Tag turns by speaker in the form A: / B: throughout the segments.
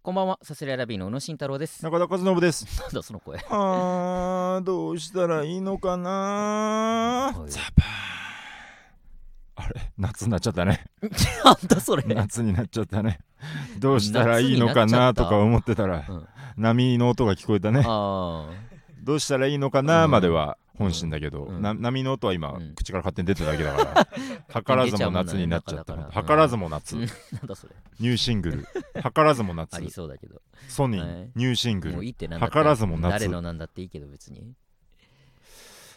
A: こんばんは、サスレアラビーの宇野慎太郎です。
B: 中田和信です。
A: なんだその声。
B: あー、どうしたらいいのかな
A: はい
B: ザパーンあれ夏になっちゃったね。
A: なんだそれ。
B: 夏になっちゃったね。どうしたらいいのかなとか思ってたら、
A: うん
B: 波の音が聞こえたね。
A: あ
B: どうしたらいいのかなまでは本心だけど、
A: うんうん
B: な波の音は今、
A: うん
B: 口から勝手に出てるだけだから、 図らずも夏になっちゃった。
A: うん
B: 図らずも夏、
A: うん
B: ニ
A: あ、なんだそれ。
B: ューシングル。図らずも
A: あ
B: 夏
A: り、そうだけど。
B: ソニ
A: は
B: ー
A: い、
B: ニューシング
A: もう
B: ル。
A: いいってなんだって
B: 図らずも夏
A: 誰、のなんだっていいけど別に。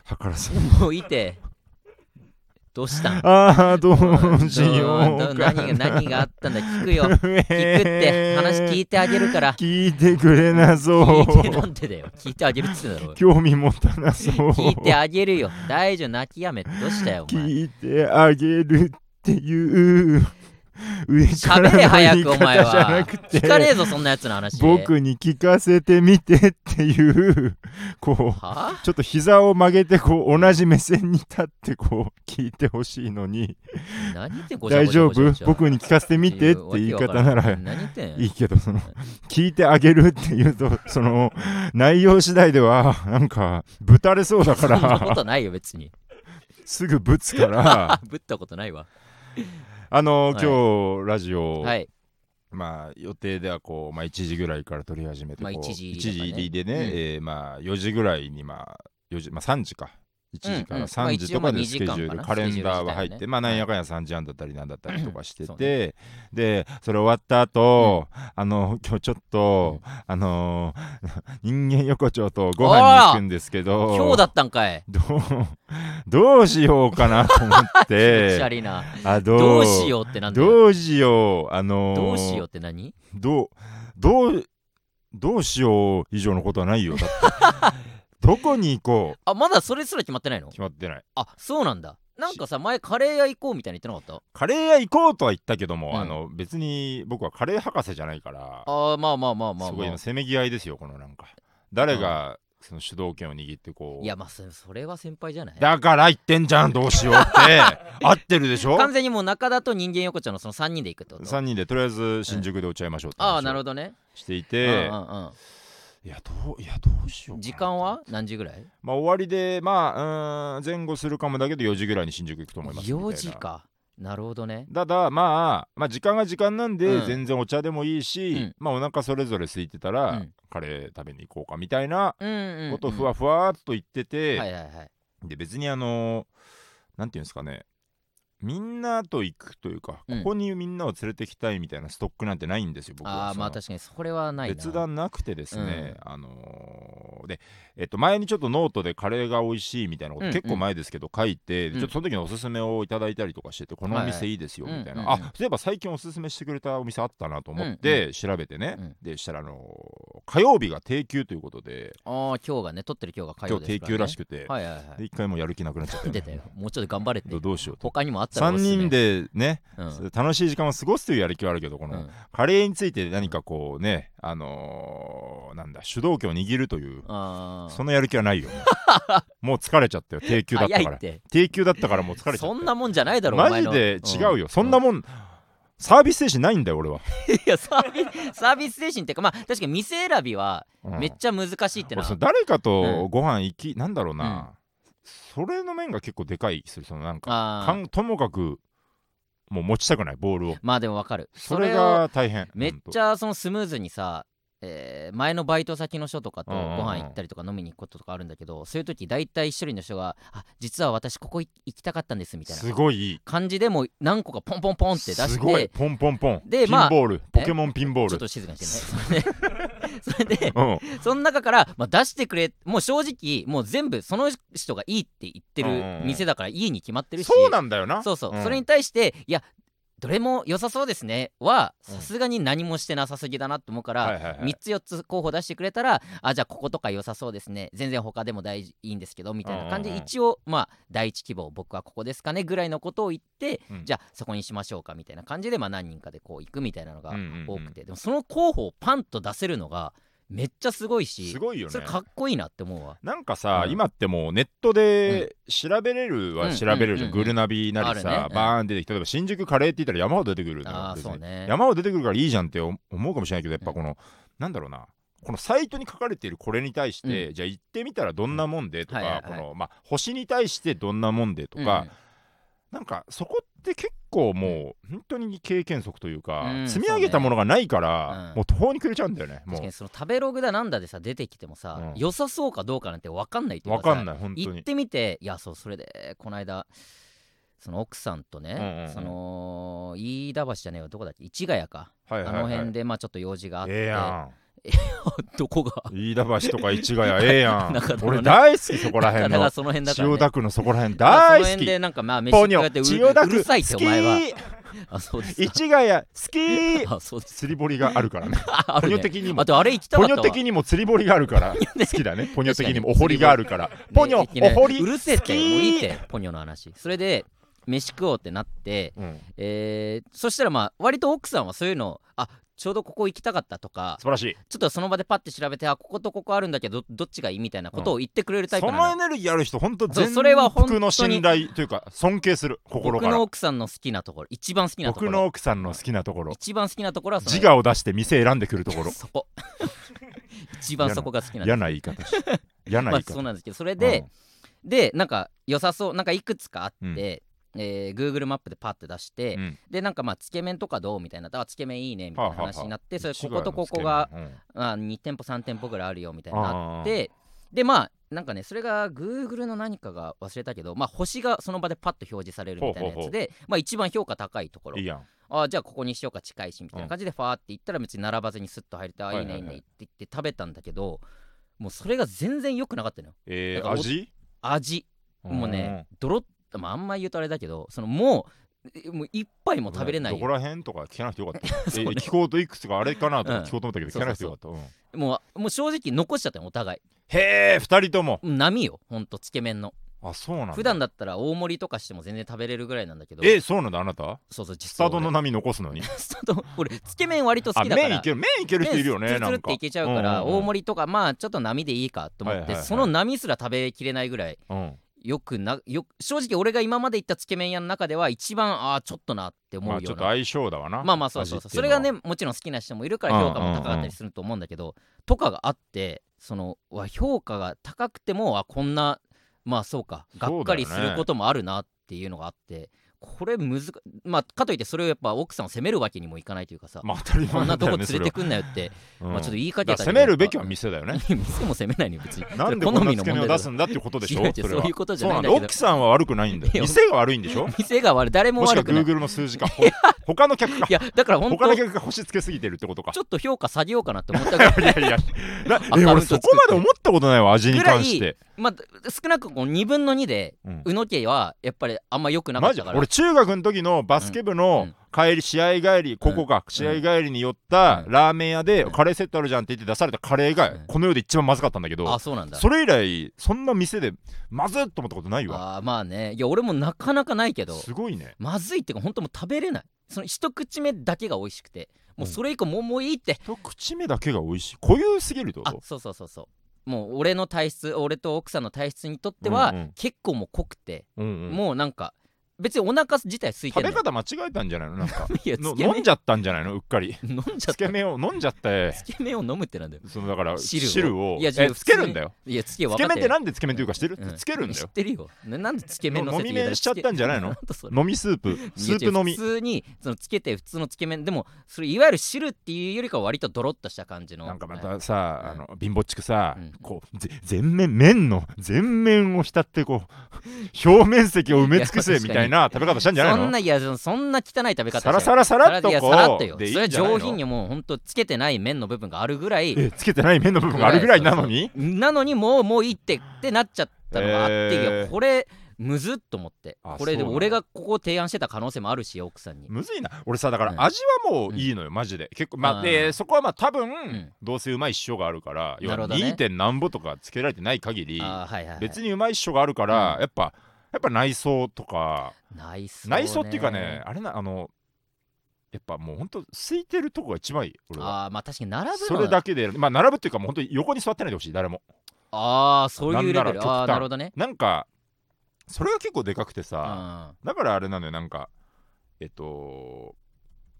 B: 図らずも。
A: もういいって。どうしたん
B: あー、どうしよ
A: ど
B: うかな。
A: 何が何があったんだ聞くよ。聞く
B: 聞
A: って話聞いてあげるから。
B: 聞いてくれなそ
A: 聞いてな
B: うん
A: でだよ。聞いてあげるっつってんだろ。
B: 興味持たなそう
A: 聞いてあげるよ。大丈夫、泣きやめってどうしたよ、お前。
B: 聞いてあげるっていう上から
A: 喋れ
B: の
A: 早
B: 言い
A: くお前
B: 方じゃ
A: は
B: なく
A: 聞かね
B: て
A: えぞ、そんなやつの話。は
B: 僕に聞かせてみてっていうこう
A: あ
B: ちょっと膝を曲げてこう同じ目線に立ってこう聞いてほしいのに
A: 何言ってんごちゃ
B: 大
A: ごちゃ
B: 丈
A: ごちゃ
B: 夫
A: ごちゃ
B: 僕に聞かせてみてって言い方なら
A: 何言ってん
B: いいけどその聞いてあげるっていうとその内容次第ではなんかぶたれそうだ
A: そ
B: か
A: んなこ
B: ら
A: とないよ別に
B: すぐぶつから
A: あぶったことないわ
B: あの
A: はい
B: 今日ラジオ、
A: はい
B: まあ予定ではこう、まあ、1時ぐらいから撮り始めてこ
A: まあ
B: う
A: 1時
B: 1時入りでね、
A: うん
B: えーまあ4時ぐらいにまあ4時まあ3時か1時か
A: うんう
B: ら
A: んまあ
B: 3時とか
A: 一応まあ
B: で
A: 二
B: ス
A: 時
B: ケジ
A: 間
B: ュ
A: かな
B: ール、カレンダーは入
A: スケジュール自
B: っ
A: 体は
B: て、
A: ね
B: まあなんやかんや3時半だったりなんだったりとかして
A: そう
B: て、でそれ終わった後、あの今日ちょっと、あの ー人間横丁とご飯に行くんですけど
A: 今日だったんかい
B: どうどうしようかなと思 っ
A: 気持ち
B: て
A: 悪いな
B: あど
A: どうしようってなんだよ
B: どうしようあのー
A: どうしようって何
B: どうどうどうしよう以上のことはないよだって どこに行こ
A: あまだそれすら決まってないの
B: う決まってない
A: あそうなんだなんかさ前カレー屋行こうみたいに言ってなかっ
B: カレー屋行こうとは言ったけども、
A: うん
B: あの別に僕はカレー博士じゃないから
A: たあーまあまあまあまあ
B: すご
A: ま
B: い
A: あ
B: 今せめぎ合いですよこのなんか誰がその主導権を握ってこう
A: いやまあそそれは先輩じゃない
B: だから言ってんじゃんどうしようって 合ってるでしょ
A: 完全にもう中田と人間横丁のその3人で行くってこと
B: 3人でとりあえず新宿でお茶会いましょうって
A: ああなるほ
B: 話
A: ど
B: を
A: ね
B: していうて
A: んうん
B: いやどういやどうしよ
A: う
B: うんかな
A: 時間は何時ぐらい
B: まあ終わりでまあうーん前後するかもだけど4時ぐらいに新宿行くと思いますみたいな
A: ?4 時かなるほどね
B: ただまあまあ時間が時間なんで
A: うん
B: 全然お茶でもいいし、
A: うん
B: まあお腹それぞれ空いてたら、
A: うん
B: カレー食べに行こうかみたいな
A: うんうんうん
B: ことをふわふわっと言ってて、
A: はいはいはい
B: で別にあのなんていうんですかねみんなと行くというか、
A: うん
B: ここにみんなを連れてきたいみたいなストックなんてないんですよ僕は
A: ああ
B: そ
A: まあ
B: の
A: 確かにそれはないな
B: 別段なくてですね、あのーで、えっと、前にちょっとノートでカレーが美味しいみたいなこと、
A: うん
B: 結構前ですけど書いて、
A: うん
B: ちょっとその時のおすすめをいただいたりとかしててこのお
A: はいは
B: 店
A: い
B: いいですよみたいな、
A: うんうんうん
B: あそういえば最近おすすめしてくれたお店あったなと思って調べてね、
A: うん
B: でしたら、あのー火曜日が定休ということで
A: ああ今日がね撮ってる今日が火曜
B: 今日
A: です
B: 定
A: から、ね、
B: 休らしくて、
A: はいはいは
B: で
A: い
B: 一回もやる気なくなっちゃった
A: 出たよもうちょっと頑張れって
B: どどうしようと。
A: 他にもあったら
B: 3
A: おすすめ
B: 人、でね、
A: うん
B: 楽しい時間を過ごすというやる気はあるけどこ
A: う
B: の
A: ん、
B: カレーについて何かこうね、あのーなんだ、主導権を握るという、
A: あ
B: そのやる気 はないよ。もう疲れちゃったよ、定休だった
A: 早い
B: か
A: っ
B: ら。
A: て
B: 定休だったからもう疲れちゃった
A: そ
B: よ。
A: んなもんじゃないだろお
B: マ
A: 前
B: ジ
A: の
B: で違うよ、そん
A: も
B: なもん、サービス精神ないんだよ、俺は。
A: いやサービスサービス精神っていうかまあ確かに店選びは
B: う ん
A: めっちゃ難しいっての
B: 俺
A: は、
B: その誰か
A: う
B: とご飯行き、なんだろうな、それの面が結構でかい気する、そのなんか、
A: あ
B: か
A: ー
B: んともかく、もう持ちたくない、ボールを。
A: まあでもわかる
B: それが大変。
A: めっち
B: ゃ
A: ゃそのスムーズにさ、えー前のバイト先の人とかと
B: う
A: ご
B: んうんうん
A: 飯行ったりとか飲みに行くこととかあるんだけど、そういう時大体一人の人が「あ実は私ここ行行きたかったんです」みたい
B: す
A: な
B: ごいいい。
A: 感じでもう何個かポンポンポンって出
B: す
A: し
B: ごい
A: て
B: ポンポンポン
A: で
B: ピン
A: まあ
B: ボールポケモンピンボ
A: ちょっ
B: ール
A: と静かにしてね それでそれで
B: うん
A: その中から、まあ、出してくれもう正直もう全部その人がいいって言って
B: うんうん
A: る
B: うん
A: 店だからいいに決まってるし
B: そうなんだよな
A: そうそう、
B: ん
A: それに対していやどれも良さそうですねはさすがに何もしてなさすぎだなと思うから、
B: はいはいはい
A: 3つ4つ候補出してくれたらあじゃあこことか良さそうですね全然他でも大事いいんですけどみたいな感じ
B: うん
A: で
B: うんうん
A: 一応まあ第一希望僕はここですかねぐらいのことを言って、
B: うん
A: じゃあそこにしましょうかみたいな感じでまあ何人かでこう行くみたいなのが
B: うんうんうん
A: 多くて、でもその候補をパンと出せるのがめっちゃすごいし
B: すごいよ
A: そ
B: ね
A: れかっこいいなって思うわ
B: なんかさ、
A: うん
B: 今ってもうネットで調べれる
A: う
B: は
A: ん
B: 調べれるじゃん、
A: うんうんうん
B: グルナビなり
A: あるね
B: さ、
A: うん
B: バーン出てきて例えば新宿カレーって言ったら山ほど出てくるのよ
A: ああー
B: 別
A: そう
B: に
A: ね
B: 山ほど出てくるからいいじゃんって思うかもしれないけどやっ
A: う
B: ぱ
A: ん
B: この、なんだろうなこのサイトに書かれているこれに対して、じゃあ行ってみたらどんなもんでと
A: は
B: か、
A: いはいはい
B: この、まあ、星に対してどんなもんでとか、なんかそこって結構もう本当に経験則というか、
A: うん
B: 積み上げたものがないから、
A: うん
B: もう途方に暮れちゃうんだよね
A: うん確
B: も
A: かにその食べログだなんだでさ出てきてもさ、
B: うん
A: 良さそうかどうかなんて分かんないって
B: う
A: いう
B: わ
A: かさ
B: かんない本当
A: 行っ
B: に。
A: てみていやそうそれでこの間その奥さんとね、
B: うんうんうん
A: その飯田橋じゃねえよどこだっけ市ヶ谷か、
B: はいはいはい、
A: あの辺でまあちょっと用事があって、
B: ええやん
A: どこが
B: 飯田橋とか市ヶ谷ええや
A: 中田
B: ん
A: のね
B: 俺大好きそこ
A: な
B: ら
A: か
B: 辺
A: な
B: の
A: かその辺だ
B: 千
A: から、ね、
B: 代田区のそこら辺
A: だからそ
B: 大
A: の
B: 好
A: 辺
B: き
A: でなんかまあ飯
B: ポ
A: 食
B: ニョ
A: いってう
B: 千代田
A: う
B: 区
A: るさいって
B: 好
A: お
B: き
A: 前はあそうですか
B: 市ヶ谷 好き
A: あそうです
B: 釣り堀があるからね
A: ああ
B: ポ
A: る
B: ニョ
A: ね
B: 的にも
A: あとあれ行きたか
B: ポ
A: っ
B: ニ
A: た
B: ョ
A: わ
B: 的にも釣り堀があるから
A: ね
B: 好きだねポニョ的にもお
A: 確かに
B: 堀があるからポニョ
A: ね言ってね
B: お堀
A: うるせえってもういいっ
B: 好
A: てポニョの話それで飯食おうってなって
B: きうん
A: えーそしたらまあ割と奥さんはそういうのあちょうどここ行きたかったとか
B: 素晴らしい
A: ちょっとその場でパッて調べてあこことここあるんだけどどどっちがいいみたいなことを言ってくれるタイプ
B: そ
A: なのよ
B: のエネルギーある人本当
A: そう
B: 全
A: それは本当に
B: 幅の信頼というか尊敬する心
A: 僕
B: か
A: の
B: ら
A: 奥さんの好きなところ一番好きなところ
B: 僕の奥さんの好きなところ
A: 一番好きなところはその
B: 自我を出して店選んでくるところ
A: そこ 一番そこが好きなんです
B: 嫌な言い方 し嫌な
A: まあ
B: 言い方
A: そうなんですけどそれで、でなんか良さそうなんかいくつかあって、
B: うん
A: えー Google マップでパッて出して、
B: うん
A: でなんかまあつけ麺とかどうみたいなあつけ麺いいねみたいな話になって、
B: うん
A: それこことここが、
B: うん
A: まあ、2店舗3店舗ぐらいあるよみたいにな
B: あ
A: っ
B: ー
A: てでまあなんかねそれが Google の何かが忘れたけどまあ星がその場でパッと表示されるみたいなやつで
B: ほうほう
A: まあ一番評価高いところ
B: いいやん
A: あーじゃあここにしようか近いしみたいな感じでファーって行ったら別に並ばずにスッと入れて、あ
B: はい
A: ー
B: はい
A: い
B: は
A: ね
B: い
A: いいねって言って食べたんだけどもうそれが全然良くなかったのよだ
B: えー、
A: からお
B: 味
A: 味もうねドロッまああんま言うとあれだけどそのもうえもう一杯
B: う
A: も
B: ん
A: 食べれない
B: どこ
A: よ
B: ら辺とか聞かなくてよ かった、え
A: そうね
B: 聞こうといくつかあれかなとか聞こうと思ったけ
A: う
B: ど
A: ん
B: 聞かなくてよかった、うん
A: もうもう正直残しちゃったよお互い
B: へえ二人とも
A: 波よほんとつけ麺の
B: あそうなんだ
A: 普段だったら大盛りとかしても全然食べれるぐらいなんだけど
B: えそうなんだあなた
A: そうそう
B: ス
A: 実
B: タ
A: は
B: ートの
A: 俺
B: 波残すのに
A: スタート俺つけ麺割と好
B: あ
A: きだから
B: 麺いける麺いける人いるよね
A: 麺
B: な
A: つるつる
B: ん
A: って
B: か
A: いけちゃうから
B: うんうんうん
A: 大盛りとかまあちょっと波でいいかと思って、
B: はいはいはい
A: その波すら食べきれないぐらい
B: うん
A: よくなよ正直俺が今まで行ったつけ麺屋の中では一番ああちょっとなって思
B: ま
A: う
B: あち
A: よう
B: ょっ
A: な
B: と相性だわな
A: まあまあそうそうそう
B: 味
A: そ
B: って
A: れ
B: いの
A: が
B: は
A: ねもちろん好きな人もいるから評価も高かったりすると思うんだけど、とかがあってそのわ評価が高くてもあこんなまあそうかがっかり
B: そ
A: す
B: うだよね
A: ることもあるなっていうのがあってこれ難まあかといってそれをやっぱ奥さんを責めるわけにもいかないというかさ、
B: まあ当たり
A: こ
B: 前
A: ん
B: だ
A: なとこ
B: よ
A: 連れ
B: ねそれ
A: て
B: は
A: くんなよって、
B: うん
A: まあちょっと言いかけ
B: だ
A: た
B: から
A: け
B: 攻
A: ど
B: めるべきは店だよ ね
A: 店も責めないのよ別に
B: なんで
A: そ
B: こ
A: れ好
B: んな
A: み
B: つ
A: の
B: け
A: 問
B: 麺
A: 題
B: を出
A: だ
B: す
A: か
B: んだってことで
A: ら
B: し
A: 違
B: ょ
A: う違う
B: それ
A: そう
B: は
A: いうことじ
B: そ
A: ゃな
B: うない
A: ん
B: んだ
A: だけど
B: 奥さんは悪くないんだよ
A: いや
B: 店が悪いんでしょ
A: 店が悪い誰も
B: もしくは
A: 悪くない
B: Google の数字かほ他の客か
A: いやだから本
B: 他の
A: 当
B: 客が星つけすぎてるってことか
A: ちょっと評価下げようかなって思った ぐらい
B: いやいやな
A: カウン
B: え
A: ト
B: 俺そこまで思ったことないわ味に関して、
A: まあ、少なくこう2分の2で、
B: うん
A: 宇野家はやっぱりあんま良くなかっ
B: マジ
A: たから
B: 俺中学の時のバスケ部
A: う
B: の
A: ん
B: 帰り試合帰りここか、試合帰りに寄った
A: うん
B: ラーメン屋で
A: うん
B: カレーセットあるじゃんって言って出されたカレー
A: う
B: が
A: ん
B: この世で一番まずかったんだけど、
A: あそうなんだ
B: それ以来そんな店でまずっと思ったことないわ
A: あーまあねいや俺もなかなかないけど
B: すごいね
A: まずいっていうか本当もう食べれないその一口目だけが美味しくてもうそれ以降もうもういいって
B: 一口目だけが美味しい固有すぎるってこ
A: あ
B: と
A: そうそうそうそうもう俺の体質俺と奥さんの体質にとっては、
B: うんうん
A: 結構もう濃くて、
B: うんうん
A: もうなんか別にお腹自体空いて
B: 食
A: る
B: べ方間違えたんじゃないのなんか
A: いや
B: の
A: つけ
B: 飲
A: 麺
B: んじゃったんじゃないのうっかり
A: 飲んじゃ
B: つ
A: っ
B: け
A: た
B: 麺を飲んじゃって
A: つけ麺を飲むってなんだよ
B: そのだから
A: 汁を
B: 汁を
A: いや
B: えつけるんだよ
A: いやつけ
B: つ
A: 分か
B: け
A: ってる
B: 麺ってなんでつけ麺というかしてる、
A: うん
B: つけるんだ
A: 知っ
B: よ
A: てるよななんでつけ麺の
B: の
A: せ
B: 飲み麺しちゃったんじゃない の飲みス ープスープ飲み
A: 普通にそのつけて普通のつけ麺でもそれいわゆる汁っていうよりかは割とドロッとした感じの
B: なんかま
A: はい
B: たさ、
A: うん
B: あの貧乏ちくさ、
A: うん
B: こうぜ全面麺の全面を浸ってこう表面積を埋め尽くせみたいな食べ方したんじゃない
A: そん
B: の
A: ないやそんな汚い食べ方
B: サラ
A: ラ
B: サラサラっと
A: いや
B: こ
A: さらっと
B: う
A: よ
B: でい
A: それ
B: い
A: は
B: んじゃない
A: 上
B: の
A: 品にもうほんとつけてない麺の部分があるぐらい
B: えつけてない麺の部分があるぐらいなのに
A: そうそうなのにもうもういいってってなっちゃったのがあって、
B: へー
A: いやこれむずっと思って
B: あ
A: これで
B: そうなんだ
A: 俺がここを提案してた可能性もあるし奥さんに
B: むずいな俺さだか
A: うん
B: ら味はもういいのよ、マジで結構ま
A: あ
B: あ
A: ー
B: でそこはまあ多分、
A: ん
B: どうせうまい塩があるから要
A: なる
B: は
A: ほどね
B: 2. 点何ぼとかつけられてない限り
A: あーはいはい、はい、
B: 別にうまい塩があるから、
A: うん
B: やっぱやっぱ内装とか
A: 内装ね
B: 内装っていうかねあれなあのやっぱもう本当空いてるとこが一番いい俺は
A: ああまあ確かに並ぶの
B: それだけでまあ並ぶっていうかもう本当に横に座ってないでほしい誰も
A: ああそういうレベ
B: なんなら
A: ル
B: 極端
A: ああーなるほどね
B: なんかそれが結構でかく
A: う
B: て
A: ん
B: さ、
A: あ
B: だからあれなのよなんかえっと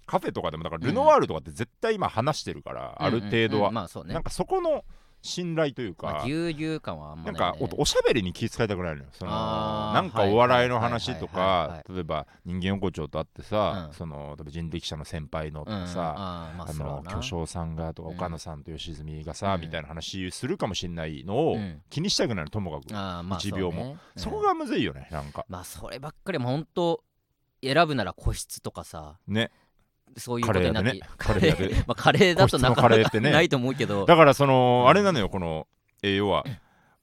B: カフェとかでもだからルノワールとかって絶対今話してるから、ある程度は、
A: まあそうね
B: なんかそこの信頼というか、
A: まあぎゅうぎゅう感はあんま
B: なん
A: ね
B: かおおしゃべりに気遣いたくなるのよその
A: あー
B: なんかお笑いの話
A: はいは
B: と
A: いはいはい
B: か例えば人間横丁と会ってさ、
A: うん
B: その例えば人力車の先輩のと
A: うんうん
B: かさ、
A: あーまあ
B: あ
A: そう
B: の
A: だな
B: 巨匠さんがとか
A: うん
B: 岡野さんと良純がさ、
A: うん
B: みたいな話するかもしれないのを
A: うん
B: 気にしたくなるともかく、
A: あーまあ
B: 一
A: そう
B: 秒
A: ね
B: も
A: うん
B: そこがむずいよねなんか
A: まあそればっかりも本当選ぶなら個室とかさ
B: ね
A: そういうことになって
B: カレー屋でねカレー屋
A: まあカレーだとなか
B: 個室のカレ
A: な
B: ーっ
A: か
B: てね
A: ないと思うけど
B: だからその、
A: うん
B: あれなのよこの、えー要は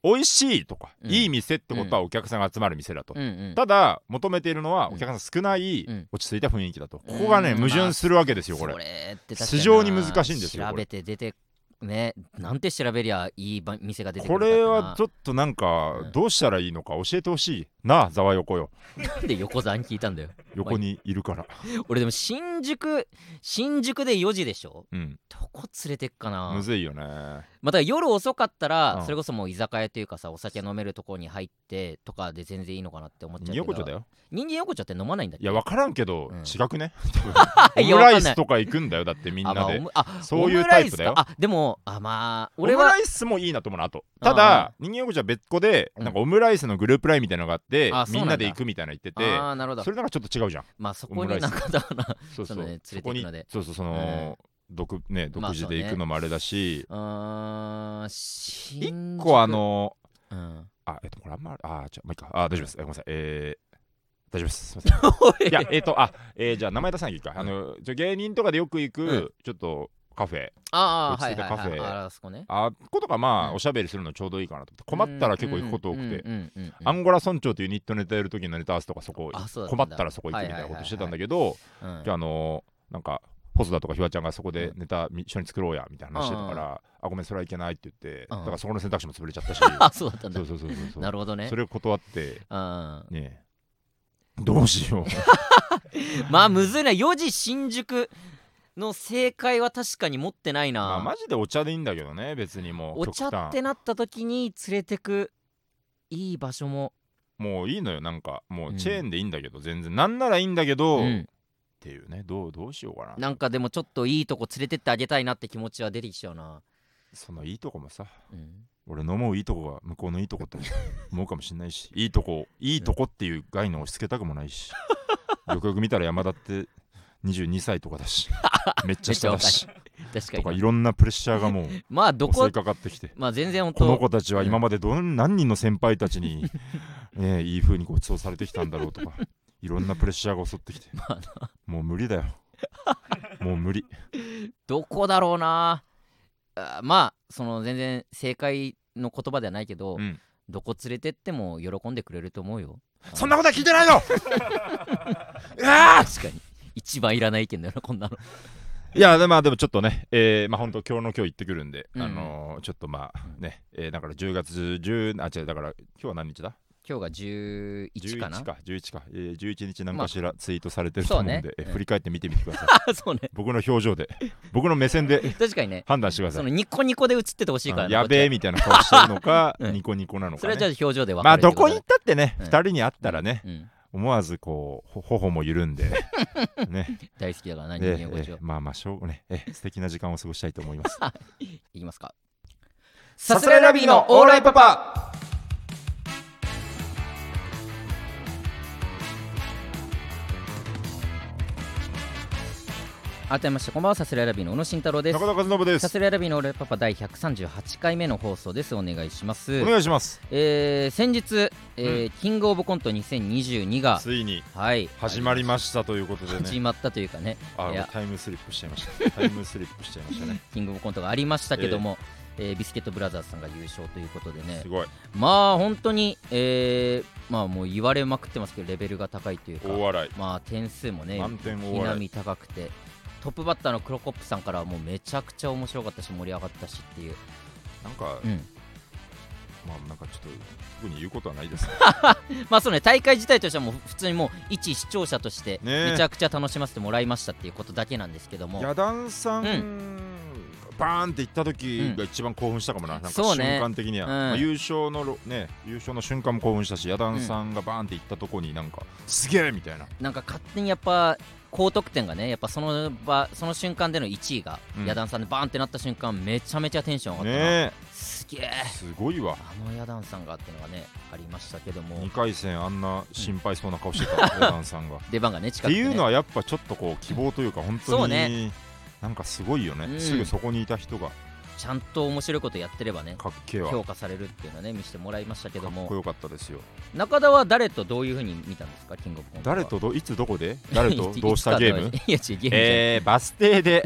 B: 美味しいとか、
A: うん
B: いい店ってことはお客さんが集まる店だと、
A: うんうん
B: ただ求めているのは
A: うん
B: お客さん少ない、
A: うん
B: 落ち着いた雰囲気だと、ここがね
A: うん
B: 矛盾するわけですよこれ
A: それって確かな
B: 非常に難しいんですよ
A: 調べて出てねなんて調べりゃいいば店が出てく
B: こ
A: るか
B: れはち
A: ょ
B: ょっとなん
A: う
B: か
A: ん
B: どうしたらいいのか教えてほしいなあざわ横よ
A: なんで横座に聞いたんだよ
B: 横にいるから、
A: 俺でも新宿新宿で4時でしょ
B: うん
A: どこ連れてっかな
B: むずいよね
A: まあだから夜遅かった
B: う
A: ら
B: ん
A: それこそもう居酒屋というかさお酒飲めるとこに入ってとかで全然いいのかなって思っちゃうけど
B: 横丁だよ
A: 人間横丁って飲まないんだっ
B: い
A: け
B: や分からんけど、
A: うん
B: 違くね
A: あ
B: オ
A: い
B: ム
A: やわかん
B: ラ
A: ない
B: イスとか行くんだよだってみん
A: あま
B: な
A: あオ
B: で
A: ムあ
B: そういうタイプだ
A: オ
B: よ
A: ムライスかあでもあまあ
B: オ
A: 俺
B: ム
A: は
B: ライスもいいなと思うのあとただ人間横丁は別個で、
A: うん
B: なんかオムライスのグループラインみたいなのがあって
A: あそうな
B: み
A: ん
B: ん
A: だ
B: なで行くみたいなの言って
A: あ
B: て
A: あなるほど
B: それなんかちょっと違うじゃん
A: まあそ
B: オ
A: こ
B: ム
A: に
B: ライス
A: なんかだから
B: そうそう
A: そうだね連れて行く
B: そこに
A: ので
B: そうそうその、独ね、独
A: まあ
B: 自で行くのもあれだし、
A: うーん
B: 一
A: 新宿
B: 個あ、の
A: うん、
B: あえっとこれあんまあじゃまあいいかあ大丈夫ですえごめんなさいえー大丈夫ですすいません
A: おい
B: いやえっ、とあ、えーじゃあ名前出さなきゃいいか、あのちょ芸人とかでよく行く、
A: うん
B: ちょっとカフェ
A: ああ
B: 落
A: は
B: ち
A: い
B: 着いた
A: はい
B: カフェ
A: はいああそこね
B: あことかまあ、
A: うん
B: おしゃべりするのちょうどいいかなと思って困ったら結構行くこと多くて、
A: うんうんうんうんうん
B: アンゴラ村長というユニットネタやるときのネタ合わせとかそこ
A: あそうだったん
B: 困
A: だ
B: ったらそこ行くみたいなことしてたんだけど、
A: うん
B: じゃああのーなんか細田とかひわちゃんがそこで
A: う
B: ネタみ一緒に作ろうやみたいな話してたから、あごめんそれはいけないって言って、
A: うん
B: だからそこの選択肢も潰れち ゃったし
A: あそうだったんだ
B: そうそうそうそうそう
A: なるほどね
B: それを断って
A: うん
B: ねえどうしよう
A: まあむずいな4時新宿の正解は確かに持ってない
B: まあ
A: な
B: マジでお茶でいいんだけどね別にもう
A: お茶
B: 極端
A: ってなった時に連れてくいい場所も
B: もういいのよなんかもううんチェーンでいいんだけど、全然なんならいいんだけど、
A: う
B: っ
A: ん
B: ていうねどうどうしようかな
A: なんかでもちょっといいとこ連れてってあげたいなって気持ちは出てきちゃうな、
B: そのいいとこもさ
A: うん
B: 俺の思ういいとこが向こうのいいとこって思うかもしれないしいいとこいいとこっていう概念を押し付けたくもない しよくよく見たら山田って22歳とかだ しめっちゃ下だし
A: 確
B: と
A: か
B: か
A: に
B: い
A: な
B: ろんなプレッシャーがもう
A: まあど
B: 襲
A: こ
B: いかかってきて
A: まあ全然本当
B: この子たちは今までどん何人の先輩たち に、ねえ、いい風にご馳走されてきたんだろうとかいろんなプレッシャーが襲 ってきてもう無理だ よもう無理
A: どこだろうなあまあその全然正解の言葉ではないけど、
B: うん
A: どこ連れてっても喜んでくれると思うよ
B: そんなことは聞いてない のうわあ
A: 確かに一番いらない意見だよなこんなの
B: いやで,、まあ、でもちょっとね、えーまあ、本当今日の今日行ってくるんで、
A: うん
B: あのーちょっとまあね、えーだから10月10あ違うだから今日は何日だ
A: 今日が11かな
B: 11か11か、えー11日何かしらツイートされてると
A: まあ
B: 思うんで、
A: そうね
B: えー
A: うん
B: 振り返って見てみてく ださい
A: あそうね
B: 僕の表情で僕の目線で
A: 確かにね
B: 判断してくださ
A: そ
B: い
A: のニコニコで映っててほしいから
B: うん
A: ね
B: やべえ
A: こ
B: みたいな顔してるの か、
A: うん
B: ニコニコなの
A: っちはそ
B: か、
A: れ
B: ね
A: はじゃあ表情で分
B: ま
A: か
B: あ
A: るって
B: ど
A: こと
B: こ
A: で
B: に行ったってね、
A: うん
B: 2人に会ったらね、
A: うん
B: 思わずこうほ頬も緩んで ね
A: 大好きだからな人
B: で
A: 間横丁
B: えーまあまあしょうね、えー素敵な時間を過ごしたいと思います
A: いきますか
B: さすらいラビーのオーライパパ
A: 改めましてこんばんはさすらいラビーの小野慎太郎です
B: 中田和信で
A: さ
B: す
A: すらいラビーのオーライパパ第138回目の放送ですお願いします
B: お願いします
A: えー先日、えーキングオブコント2022が、
B: ついに
A: はい、
B: 始まりましたということで
A: 始
B: ね
A: まったというかね、
B: あ
A: いや
B: タイムスリップしちゃいましたタイムスリップしちゃいまし たね
A: キングオブコントがありましたけども、えービスケットブラザーズさんが優勝ということでね
B: す、ごい
A: まあ本当に、えーまあもう言われまくってますけど、レベルが高いというか、
B: 大笑
A: まあ点数も
B: い
A: ね、
B: 満点
A: ひ
B: 大
A: な
B: 笑い
A: み高くて、トップバッターのクロコップさんからはもうめちゃくちゃ面白かったし、盛り上がったしっていう、
B: なんか
A: うん、
B: まあなんかちょっと特に言うことはないですね
A: まあそうね大会自体としてはもう普通にもう一視聴者として
B: ねえ
A: めちゃくちゃ楽しませてもらいましたって いうことだけなんですけども、
B: 野団さん、
A: う
B: バーンって行った時が一番興奮したかもな,、なんか
A: そう
B: 瞬
A: ね
B: 間的には、
A: うん
B: まあ優勝のろね優勝の瞬間も興奮したし野団さんがバーンって行ったとこになんか、すげえみたいな
A: なんか勝手にやっぱ高得点がねやっぱその場その瞬間での1位が
B: うん
A: 野団さんでバーンってなった瞬間めちゃめちゃテンション上がったな、
B: ね
A: すげえ
B: えすごいわ
A: あの野団さんがっていうのがねありましたけども
B: 2回戦あんな心配そうな顔して た、野団さんがっ
A: 出番がね近
B: て
A: くて、
B: い
A: ね、
B: うのはやっぱちょっとこう希望というか本
A: そ
B: 当
A: う
B: に、
A: ね
B: なんかすごいよね、
A: うん
B: すぐそこにいた人が
A: ちゃんと面白いことやってればね
B: かっけえわか
A: 評
B: っ
A: 価されるっていうのはね見せてもらいましたけども
B: こよかったですよ
A: 中田は誰とどういうふうに見たんですか、キングオブコントは
B: 誰とどいつど こで誰とどうした
A: いつ
B: ゲ
A: か
B: ー
A: の
B: ム
A: いや、違う、ゲームじゃない
B: えー、バス 停で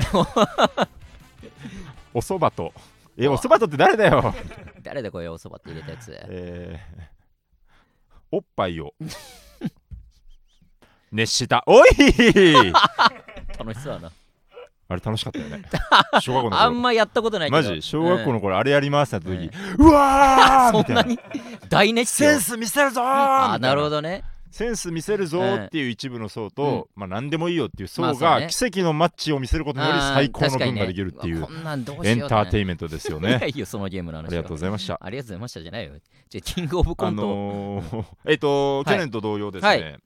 B: おそばとえおそばとって誰だよ、
A: 誰だこれ、おそばって入れたやつ。
B: えー、おっぱいを 熱したおい
A: 楽しそうだな。
B: あれ楽しかったよね小学校の頃
A: あんまやったことないけど。
B: マジ小学校の頃あれやりますってなった時、う
A: うん
B: わーみ
A: そ
B: た
A: ん
B: い
A: な
B: な
A: に大熱
B: セ
A: 狂
B: ン。ス見せるぞー
A: あ、
B: みたい
A: なるほどね。
B: センス見せるぞーっていう一部の層と、まあ何でもいいよってい
A: ま
B: う層
A: あそう
B: が
A: ね
B: 奇跡のマッチを見せることにより
A: あー
B: 最高の
A: 確かに
B: 分
A: ね
B: ができるっていう
A: うわこんなんどうし
B: エ
A: よう
B: ンターテ
A: イ
B: インメントですよ
A: メン
B: ね
A: ト。いやいいよ、そのゲームの話
B: あ
A: は。
B: りがとうございました。
A: ありがとうございましたじゃないよ。じゃあキングオブコ
B: あ
A: ント。
B: のー えっと、去年と同様ですね、
A: は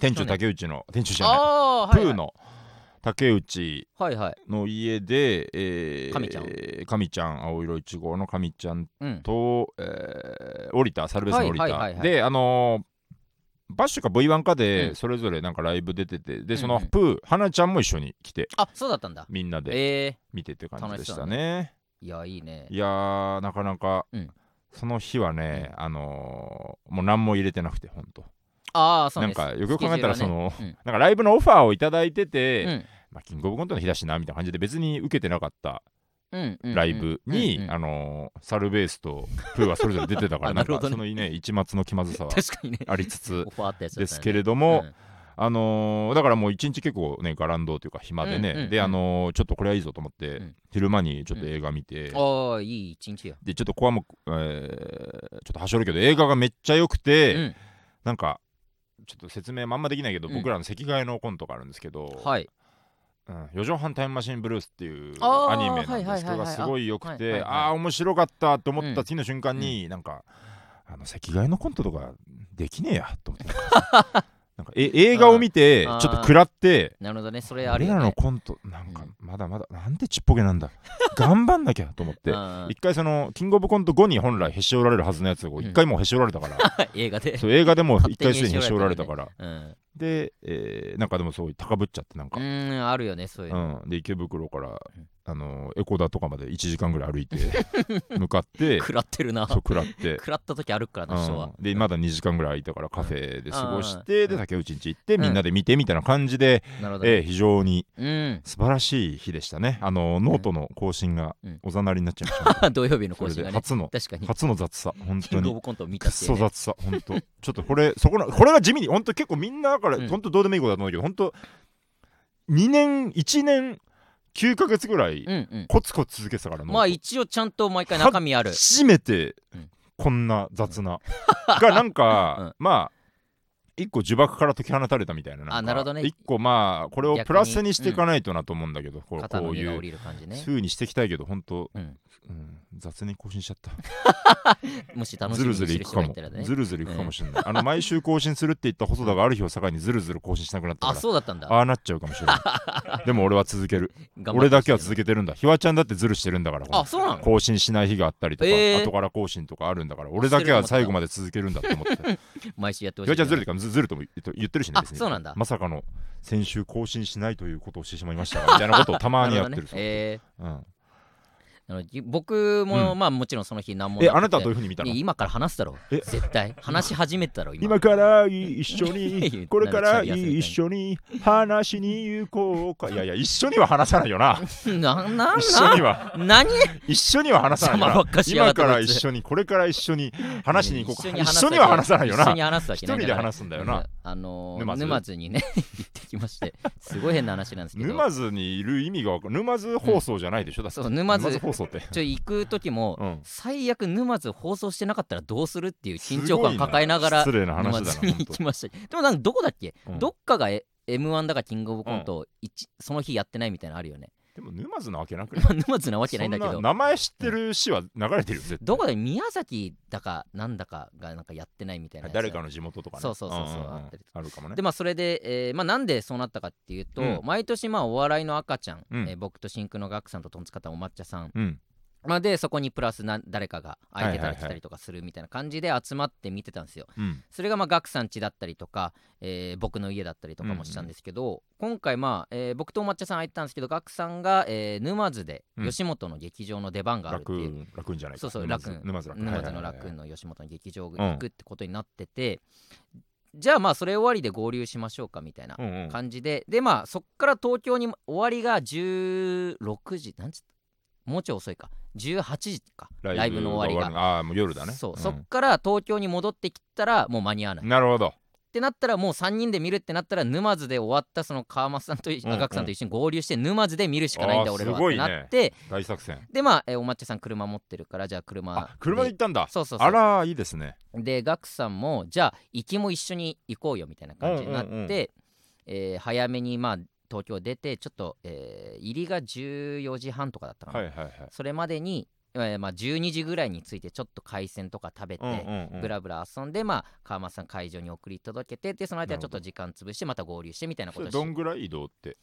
B: 店長竹内の、店長じゃない、
A: あ
B: プ
A: ー、はいは
B: ー
A: い。
B: の竹内
A: はいはい。
B: の家で、えー、
A: 神ちゃん
B: 神ちゃん、青色1号の神ちゃん
A: うん。
B: と、えー、降りた、サルベースの降り
A: はいはいはい
B: た。
A: はい
B: で、あのーバッシュか V1 か
A: う
B: で
A: ん
B: それぞれなんかライブ出てて、で
A: う
B: そ
A: ん
B: の
A: うん
B: プー、花ちゃんも一緒に来て
A: あ、そうだったんだ。
B: みんなで
A: え
B: 見てって感じでし
A: 楽し
B: た
A: そうだ
B: ね。
A: ー、いや、いいね。
B: いやーなかなか、
A: うん
B: その日はね、あのーもう何も入れてなくて本当
A: ああ、そう
B: な
A: ね
B: んかよくよく考えたらそ、の、
A: スケジュールはね
B: なんかライブのオファーをいただいてて、
A: うん
B: まあ、キングオブコントの日だしなみたいな感じで別に受けてなかった
A: うんうん
B: ライブに、
A: うんうんうん
B: あのーサルベースとプーはそれぞれ出てた か
A: あ
B: らなん
A: なる
B: か
A: ほどね
B: そのね一末の気まずさは
A: 確かにね。
B: ありつ つ
A: オファーあったやつだったね
B: ですけれども、
A: うん
B: あのーだからもう一日結構ねガランドというか暇でね、
A: うんうんうん
B: であのーちょっとこれはいいぞと思って、
A: うん
B: 昼間にちょっと映画見て、
A: ああ、いい一日よ。
B: でちょっとここはもう、えーちょっとはしょるけど映画がめっちゃ良くて、
A: うん
B: なんかちょっと説明まんまできないけど、
A: うん
B: 僕らの席替えのコントがあるんですけど、
A: はい。
B: うん、4畳半タイムマシンブルースっていう
A: あー
B: アニメなんですけ
A: はいはいはいは
B: ど
A: い
B: がすごい良く
A: あはいはい
B: て
A: はい
B: ああ面白かったと思った次の瞬間に、なんかあの席替えのコントとかできねえやと思って なんかえ映画を見てちょ
A: あー
B: っと食らって
A: なるほどね、それある
B: 俺
A: よ、
B: らの
A: ね。
B: コントなんか
A: うん
B: まだまだなんてちっぽけなんだ頑張んなきゃと思って
A: あ
B: 一回そのキングオブコント後に本来へし折られるはずのやつを
A: ん
B: 一回もうへし折られたから、
A: あ映画で。
B: そう映画でもう一回
A: 勝
B: すで
A: 手に
B: に
A: へ
B: へ
A: し
B: し
A: 折
B: 折
A: られ
B: られ
A: た
B: た
A: か
B: から
A: うん。
B: で、えーなんかでもそういう高ぶっちゃってなん
A: う
B: か、
A: ーん、あるよね、そういう
B: う
A: の。
B: んで池袋から
A: うん、
B: あのーエコダとかまで1時間ぐらい歩 いて向かって
A: 食らってるな。
B: そう
A: 食
B: 食らって。
A: らった時あるからな、人は。
B: うんでまだ2時間ぐらい空いたからカフェで過ごして、
A: うん
B: で竹内んち行って、
A: うん
B: みんなで見てみたいな感じで、
A: なるほど、ね
B: えー非常に
A: うん。
B: 素晴らしい日でしたねあのーノートの更新が
A: うん
B: おざなりになっちゃいま したね、
A: 土曜日の
B: こ
A: 更
B: れ
A: 新がね。
B: で初の
A: 確かに。
B: 初の雑さ本
A: キ
B: 当
A: ング
B: に
A: オブコントを見
B: く
A: た
B: っ
A: っていう
B: そ
A: ね、
B: 雑さ、本当、ちょっとこれ、そこの、これが地味に、本当、結構みんなだから、
A: うん
B: 本当、どうでもいいことだと思うけど、本当、2年、1年、9ヶ月ぐらい、
A: うんうん。
B: コツコツ続けてたから、
A: まあ一応ちゃんと毎回中身ある。
B: 初めて
A: うん、
B: こんな雑な。が、なん
A: う
B: か
A: ん、
B: まあ、一個呪縛から解き放たれたみたいな。んか
A: あなるほどね
B: 一個、まあ、これをプラスにしていかないとなと思うんだけど、こう
A: 肩
B: こ
A: の
B: う
A: 荷が
B: い
A: 降
B: う。
A: りる感じね。
B: 風にしていきたいけど、本当、
A: うん、
B: うん、雑に更新しちゃった。
A: もし楽し
B: ず
A: み
B: る
A: にし
B: ずる
A: て
B: い
A: る
B: く
A: 人
B: か
A: がい
B: も
A: たらね。
B: ずるずるいくかもしれない、あの毎週更新するって言った細田がある日を境にずるずる更新しなくなった
A: あ、
B: から
A: そうだったんだ。
B: ああなっちゃうかもしれな いでも俺は続ける
A: 頑張って
B: 俺だけは続けてるんだひわちゃんだってずるしてるんだから
A: あ、そうなの
B: 更新しない日があったりとか、
A: えー
B: 後から更新とかあるんだから俺だけは最後まで続けるんだと 思ってひ
A: 毎週やってほしい。
B: わちゃんずるってかずずるとも言って言ってるしね
A: あ
B: 別に
A: そうなんだ
B: まさかの先週更新しないということをしてしまいましたがみたいなことをたまにやってる そう
A: え
B: うん
A: ーあのぎ僕も、
B: う
A: まあもちろんその日何も
B: え
A: なくて
B: あなたはどういうふうに見たの
A: いや今から話すだろ
B: え
A: 絶対話し始めてたろ今
B: 今から一緒
A: いや
B: にこれから一緒に話しに行こうかいやいや一緒には話さないよ な
A: なな
B: 一緒には
A: な何
B: 一緒には話さない
A: 邪魔
B: よな
A: ばっかしやが
B: 今
A: って
B: から
A: こいつ
B: 一緒にこれから一緒に話しに行こうか
A: 一
B: 一
A: 緒
B: 緒
A: に
B: に
A: 話
B: は
A: すわけ
B: 話さないよ
A: 一緒
B: な
A: に話すわけない
B: 一人で話すんだよな
A: あのー
B: 沼
A: 沼
B: 津
A: 津にね 行ってきましてすごい変な話なんですけど
B: 沼津にいる意味がわか沼津放送じゃないでしょ、だって
A: そう沼津
B: 放送って。
A: ちょ行く時も、
B: うん
A: 最悪沼津放送してなかったらどうするっていう緊張感抱えながら
B: すごいな失礼な
A: 沼
B: 話だ
A: 津
B: な
A: に
B: ほん
A: 行
B: と
A: きましたでもなんかどこだっけ、
B: うん
A: どっかが m 1だかキングオブコント、一その日やってないみたいなのあるよね
B: でも沼津なわけなくね
A: まあ沼津なわけないんだけ
B: そ
A: ど
B: 名前知ってる市は流れてるよ絶対
A: どこで宮崎だかなんだかがなんかやってないみたいなやつ
B: 誰かの地元とかね
A: そうそうそうそうん
B: んん
A: あったりと
B: あるかもね
A: でまあそれで、えーまあ、なんでそうなったかっていうと、
B: うん
A: 毎年まあお笑いの赤ちゃん、
B: うん
A: えー僕と真空のガクさんとトンツカタンお抹茶さん、
B: うん
A: まあ、でそこにプラスな誰かが空いてた
B: は
A: り
B: いはいはい
A: 来たりとかするみたいな感じで集まって見てたんですよ。
B: うん
A: それがまあガクさん家だったりとか、えー僕の家だったりとかもしたんですけど、今回まあ、えー僕とお抹茶さん空いてたんですけどガクさんが、えー沼津で
B: うん
A: 吉本の劇場の出番があるっていう、
B: 楽楽んじゃないか
A: そうそう
B: 沼
A: ラ
B: 津
A: クーン
B: 沼津楽
A: 沼津の
B: はいはいはい
A: 楽園の吉本の劇場に
B: うん
A: 行くってことになってて、じゃあまあそれ終わりで合流しましょうかみたいな
B: うんうん
A: 感じで、でまあそっから東京に終わりが16時なんつったもうちょい遅いか18時かライブの終わりが。
B: ああーもう夜だね
A: そう、
B: ん
A: そっから東京に戻ってきたらもう間に合わない、っ
B: なるほど
A: てなったらもう3人で見るってなったら沼津で終わったその川松さんとい
B: うんうん
A: 赤木さんと一緒に合流して沼津で見るしかないんだ
B: あー
A: 俺らは
B: すご
A: っ
B: い
A: て
B: ね
A: なって、
B: 大作戦
A: でまあ、えーお抹茶さん車持ってるからじゃあ車
B: あ車で行ったんだ
A: そうそうそう
B: あらいいですね
A: でガクさんもじゃあ行きも一緒に行こうよみたいな感じになって、
B: うんうんうん
A: えー早めにまあ東京出てちょっと、えー入りが14時半とかだったかな、
B: はいはいはい
A: それまでに、えーまあ、12時ぐらいに着いてちょっと海鮮とか食べて、
B: うんうんう
A: ブ
B: ん
A: ラブラ遊んで、まあ、川松さん会場に送り届けてでその間はちょっと時間潰してまた合流してみたいなこと
B: それ
A: を
B: ど
A: して
B: んぐらい移動って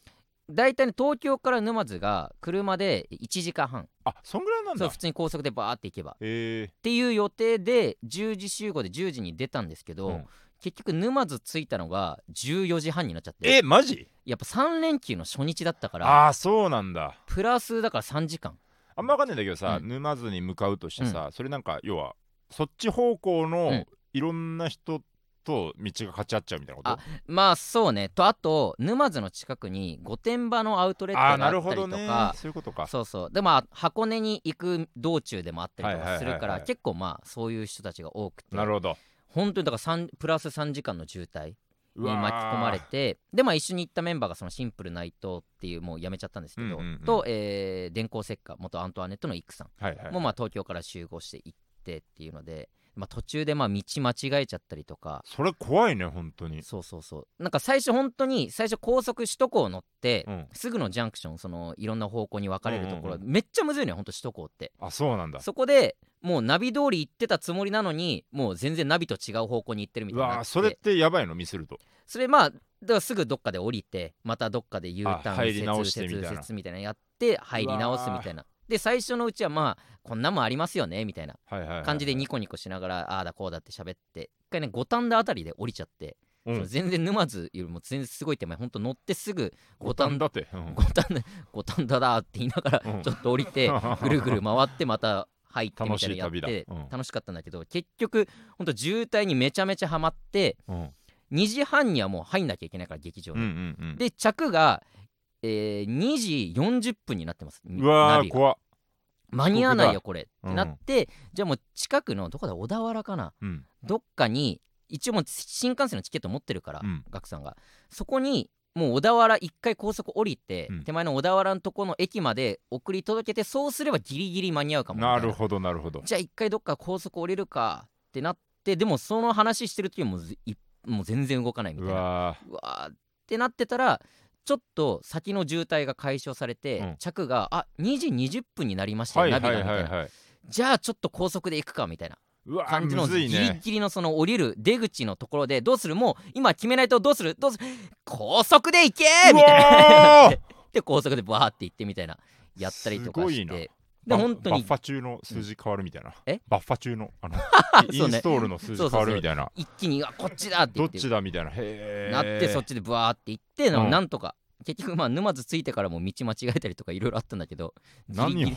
A: 大体ね東京から沼津が車で1時間半
B: あそんぐらいなん
A: そう
B: だ
A: 普通に高速でバーって行けば
B: え
A: っていう予定で10時集合で10時に出たんですけど、
B: うん
A: 結局沼津着いたのが14時半になっちゃって
B: えマジ
A: やっぱ3連休の初日だったから
B: ああそうなんだ
A: プラスだから3時間
B: あんまわかんないんだけどさ、
A: うん
B: 沼津に向かうとしてさ、それなんか要はそっち方向
A: う
B: の
A: ん
B: いろんな人と道が勝ち合っちゃうみたいなこと、
A: あまあそうねとあと沼津の近くに御殿場のアウトレッ
B: あー
A: トが
B: な
A: あ
B: る
A: った
B: ほ
A: り
B: ど
A: と
B: ね
A: か、
B: そういうことか
A: そうそうでまあ箱根に行く道中でもあったりと
B: はい
A: か
B: はい
A: す
B: はいは
A: る
B: い
A: から結構まあそういう人たちが多くて
B: なるほど
A: 本当にだから三プラス3時間の渋滞
B: う
A: に
B: わー
A: 巻き込まれてでまあ一緒に行ったメンバーがそのシンプルナイトっていうもうやめちゃったんですけど、
B: うんうんうん
A: と、えー電光石火元アントワネットのイクさん
B: はいはい
A: もまあ東京から集合して行ってっていうので、まあ、途中でまあ道間違えちゃったりとか
B: それ怖いね本当に
A: そうそうそうなんか最初本当に最初高速首都高乗って、
B: うん
A: すぐのジャンクションそのいろんな方向に分かれるところ、
B: うんうん
A: めっちゃむずいのよ本当首都高って
B: あそうなんだ
A: そこでもうナビ通り行ってたつもりなのにもう全然ナビと違う方向に行ってるみ
B: う
A: たいにな
B: わ
A: っ
B: ー
A: て
B: それってやばいの見せると
A: それまあだからすぐどっかで降りてまたどっかで U タ
B: あ
A: ーン
B: 入り直して
A: 右折
B: みたいな
A: 右折みたいなのやって入り直すみたいなで最初のうちはまあこんなんもありますよねみたいな
B: はいはい、はい、
A: 感じでニコニコしながらああだこうだって喋って一回ね五反田あたりで降りちゃって、
B: うん
A: その全然沼津よりも全然すごい手前ほんと乗ってすぐ
B: 五
A: 五
B: 反
A: 反
B: 田
A: 田
B: って、うん
A: 五反田五反田だって言いなが
B: うん
A: らちょっと降りて、 ぐるぐる回ってまた入ってみ
B: 楽
A: たいな
B: し
A: いのやっ
B: 旅だ
A: て
B: うん
A: 楽しかったんだけど結局ほんと渋滞にめちゃめちゃハマって
B: うん、うん
A: 2時半にはもう入んなきゃいけないから劇場
B: うんう
A: に。
B: んうん
A: で着が、えー2時40分になってます
B: うわ
A: ナ
B: ー
A: ビが
B: 怖っ
A: 間に合わないよこれ
B: だ
A: ってなって、じゃあもう近くのどこだ小田原かな
B: うん
A: どっかに一応もう新幹線のチケット持ってるから、
B: うん
A: ガクさんがそこにもう小田原一回高速降りて、
B: うん
A: 手前の小田原のとこの駅まで送り届けてそうすればギリギリ間に合うかもみたい
B: なるほどなるほど
A: じゃあ一回どっか高速降りるかってなってでもその話してる時はもうずいもう全然動かないみ
B: う
A: たいな
B: わ
A: うわーってなってたらちょっと先の渋滞が解消されて、
B: うん
A: 着があ2時20分になりまし
B: ー
A: た
B: は
A: よ
B: いは
A: ナ
B: い
A: ビが
B: は
A: み
B: い
A: たいな
B: はい
A: じゃあちょっと高速で行くかみたいな
B: うわー
A: 感じの
B: むずい
A: ギリ
B: ね
A: ギリのその降りる出口のところでどうするもう今決めないとどうするどうする高速で行けみたいな
B: な
A: で高速でバーって行ってみたいなやったりとか
B: す
A: し
B: ごいな
A: て で本当
B: バッ
A: に
B: ファ中の数字変わるみたいな、
A: え
B: バッファ中のあ のイ
A: そう
B: ン
A: ね
B: ストールの数字変わるみたいな
A: 一気にあこっちだって言
B: どっ
A: って
B: ちだみたいなへえ
A: なってそっちでブワーって行ってな
B: うん
A: なんとか結局まあ沼津着いてからも道間違えたりとかいろいろあったんだけどギリギ
B: 何
A: リ
B: を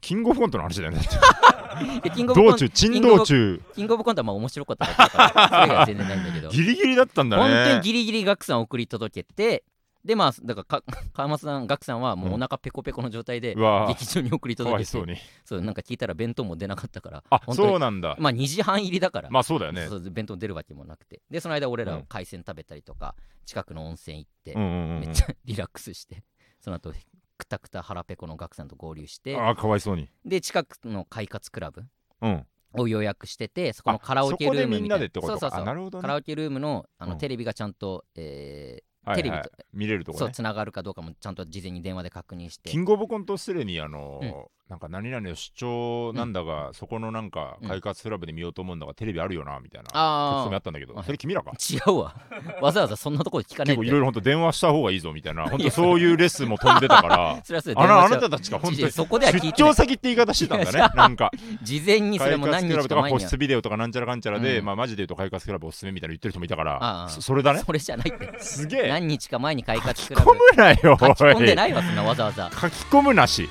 B: キングオブコントの話だよね
A: でキングオブコ
B: 道
A: ント
B: 中珍道中
A: キングオブコントはまあ面白かった だけだからそれが全然ないんだけど
B: ギリギリだったんだ
A: 本当に
B: ね
A: ギリギリガクさん送り届けてでまあだからか 川松さん岳さんはもうお腹ペコペコの状態で
B: うわあ
A: 劇場に送り
B: か
A: 届
B: わ
A: け
B: い
A: て
B: そうに
A: そうなんか聞いたら弁当も出なかったから
B: あ
A: 本当に
B: そうなんだ
A: まあ2時半入りだから、
B: まあそうだよね
A: そう弁当出るわけもなくてでその間俺ら
B: う
A: は
B: ん
A: 海鮮食べたりとか、近くの温泉行って、
B: うんうんうん
A: め
B: う
A: っ
B: ん
A: ちゃリラックスしてその後くたくた腹ペコの岳さんと合流して
B: ああかわいそうに
A: で近くの快活クラブ
B: うん
A: を予約しててそこ
B: あ
A: のカラオケルーム
B: そこでみんなでって
A: たい
B: こ
A: な
B: と
A: そう
B: か
A: そうそ
B: あ
A: う
B: なるほどね
A: カラオケルームのあの、
B: うん
A: テレビがちゃんと、え
B: はい
A: テレビ
B: はい
A: と
B: 見れると
A: ー
B: こ
A: そう
B: ね
A: つながるかどうかもちゃんと事前に電話で確認して
B: キングオブコントすでにあのーなんか何々の主張なんだがそこのなんか
A: うん
B: 快活クラブで見ようと思うんだがテレビあるよなみたいな
A: あ
B: 書き込みあ
A: あ
B: ったんだけど
A: はい
B: それ君らか
A: 違うわわざわざそんなところで聞かない
B: 結
A: で
B: 構いろいろ本当電話した方がいいぞみた いな本当そういうレッスンも飛んでたから
A: それはそれで
B: あ
A: 電
B: ら
A: 話
B: あ
A: しちゃ
B: な
A: う
B: たたちか本
A: いや
B: 当に
A: いやそこでは聞
B: 出
A: いて ない
B: 張先って言い方してたんだねなんか
A: 事前にそれ
B: 快
A: も何
B: 活ク
A: 日
B: ラブ
A: か
B: とか
A: 前
B: 個
A: には
B: 室ビデオとかなんちゃらかんちゃらで、
A: うん
B: まあマジで言うと快活クラブおすすめみたいな言ってる人もいたから
A: ああ
B: そそれだね
A: それじゃないって
B: すげえ
A: 何日か前に快活クラ
B: 書き込
A: ブ
B: むなよお
A: 書き込んで
B: い
A: ないわそんなわざわざ
B: 書き込むなし
A: い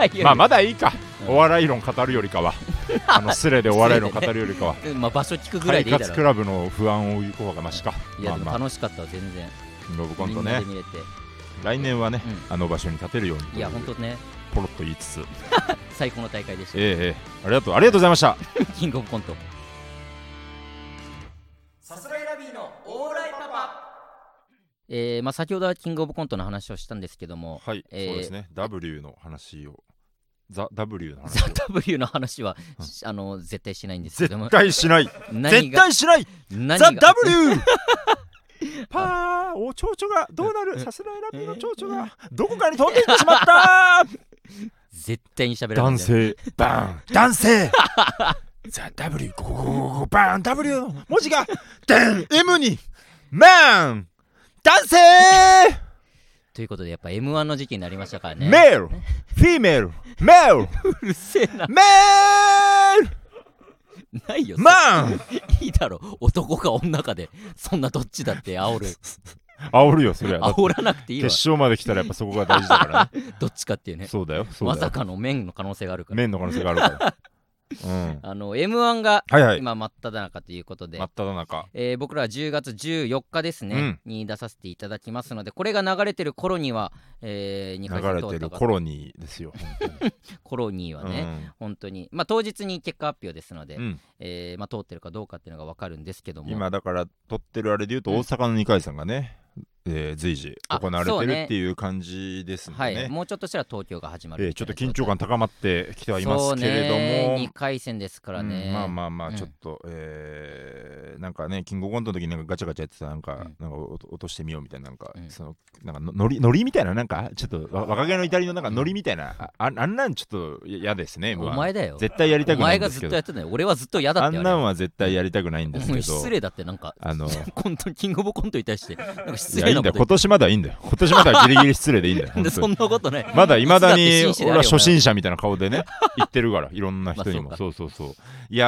A: やいや
B: まあまだいいか、
A: うん
B: お笑い論語るよりかは あのスレでお笑い論語るよりかは
A: うんまあ場所聞くぐらい
B: 快
A: でいいだ
B: 活ク
A: ろ
B: ラブの不安を言う方がマシか
A: いやでも
B: まあま
A: 楽しかったわ全然
B: あキングオブコン
A: み
B: ト
A: んな
B: ね
A: で見れて
B: 来年はね、
A: う
B: あの場所に立てるようにと
A: いや本当ね
B: ポロッと言いつつえ
A: 最高の大会でした
B: えええありがとうありがとうございました
A: キングオブコント
C: さすらいラビーのオーライパパ
A: えーまあ先ほどはキングオブコントの話をしたんですけども
B: はい、
A: えー
B: そうですね W の話をザ・ W の話
A: ザ
B: を
A: W の話は
B: うん
A: あの絶対しないん ですけども
B: 絶対しない
A: 何
B: 絶
A: が
B: 対しない
A: 何
B: ザ・
A: が
B: W! パーお蝶々がどうなるさすらいラビーの蝶々がどこかに飛んでいってしまった
A: 絶対に喋らないん
B: 男
A: だよ
B: 性バーン男性ザ・ W ここここここバーン W の文字がダン M にマン男性
A: ということでやっぱ M1 の時期になりましたからね
B: メールフィメールメール
A: うるせえな
B: メール
A: ないよ
B: マン
A: いいだろ男か女かでそんなどっちだって煽る
B: 煽るよそりゃだって
A: 煽らなくていい
B: 決
A: わ
B: 勝まで来たらやっぱそこが大事だからね
A: どっちかっていうね
B: そうだよそうだ
A: ま
B: よ
A: さかの面の可能性があるから
B: 面の可能性があるからうん
A: あの M1 が
B: はいはい
A: 今真っ只中ということで、
B: 真っ只中
A: えー僕らは10月14日ですね、に出させていただきますのでこれが流れてる頃には、えー、2回
B: 流れてるコロニーですよ
A: 頃には
B: 本当に
A: ね、本当にまあ当日に結果発表ですので、
B: うんうん
A: えーまあ、通ってるかどうかっていうのが分かるんですけども
B: 今だから撮ってるあれで言うと
A: うん
B: 大阪の二階さんがねえー随時
A: あ
B: 行われ
A: そ
B: て
A: うね
B: るっていう感じですもん
A: はい、
B: ね
A: もうちょっとしたら東京が始ま
B: え
A: る
B: ー
A: み
B: ち
A: た
B: ょ
A: い
B: っ
A: な状態、
B: と緊張感高まってきてはいますけれど
A: そうね
B: も
A: 2回戦ですからね、
B: うんまあまあまあ
A: うん
B: ちょっと、えーなんかねキングオブコントの時になんかガチャガチャやってたなんか、
A: うん
B: なんか落と落としてみようみたいななんか、
A: うん
B: そのなんかののりのりみたいななんかちょっとわ若気の至りのなんかのりみたいな、あああんなんちょっとや嫌ですね
A: お
B: M1
A: 前だよ
B: 絶対やりた
A: お
B: くな
A: 前
B: いん
A: が
B: で
A: ずっ
B: すけ
A: と
B: ど
A: やってたのよ俺はずっと嫌だ
B: あ
A: って
B: ん
A: あ
B: な
A: れ
B: んは絶対やりたくないんです
A: お
B: け
A: 前
B: ど
A: 失礼だってなんか
B: あの
A: 本当にキングオブ コントに対してなんか
B: い
A: 失
B: やい
A: 礼
B: いん
A: な
B: だ
A: こと
B: よ今年まだいいんだよ今年まだギリギリ失礼でいい んだよ
A: 言ってそ
B: 本当
A: ん
B: に
A: なことない
B: まだいまだ
A: いつ
B: に
A: って真摯であれ
B: 俺
A: よ
B: は初心者みたいな顔でね言ってるからいろんな人に
A: ま
B: も
A: あそ
B: そうそうそういや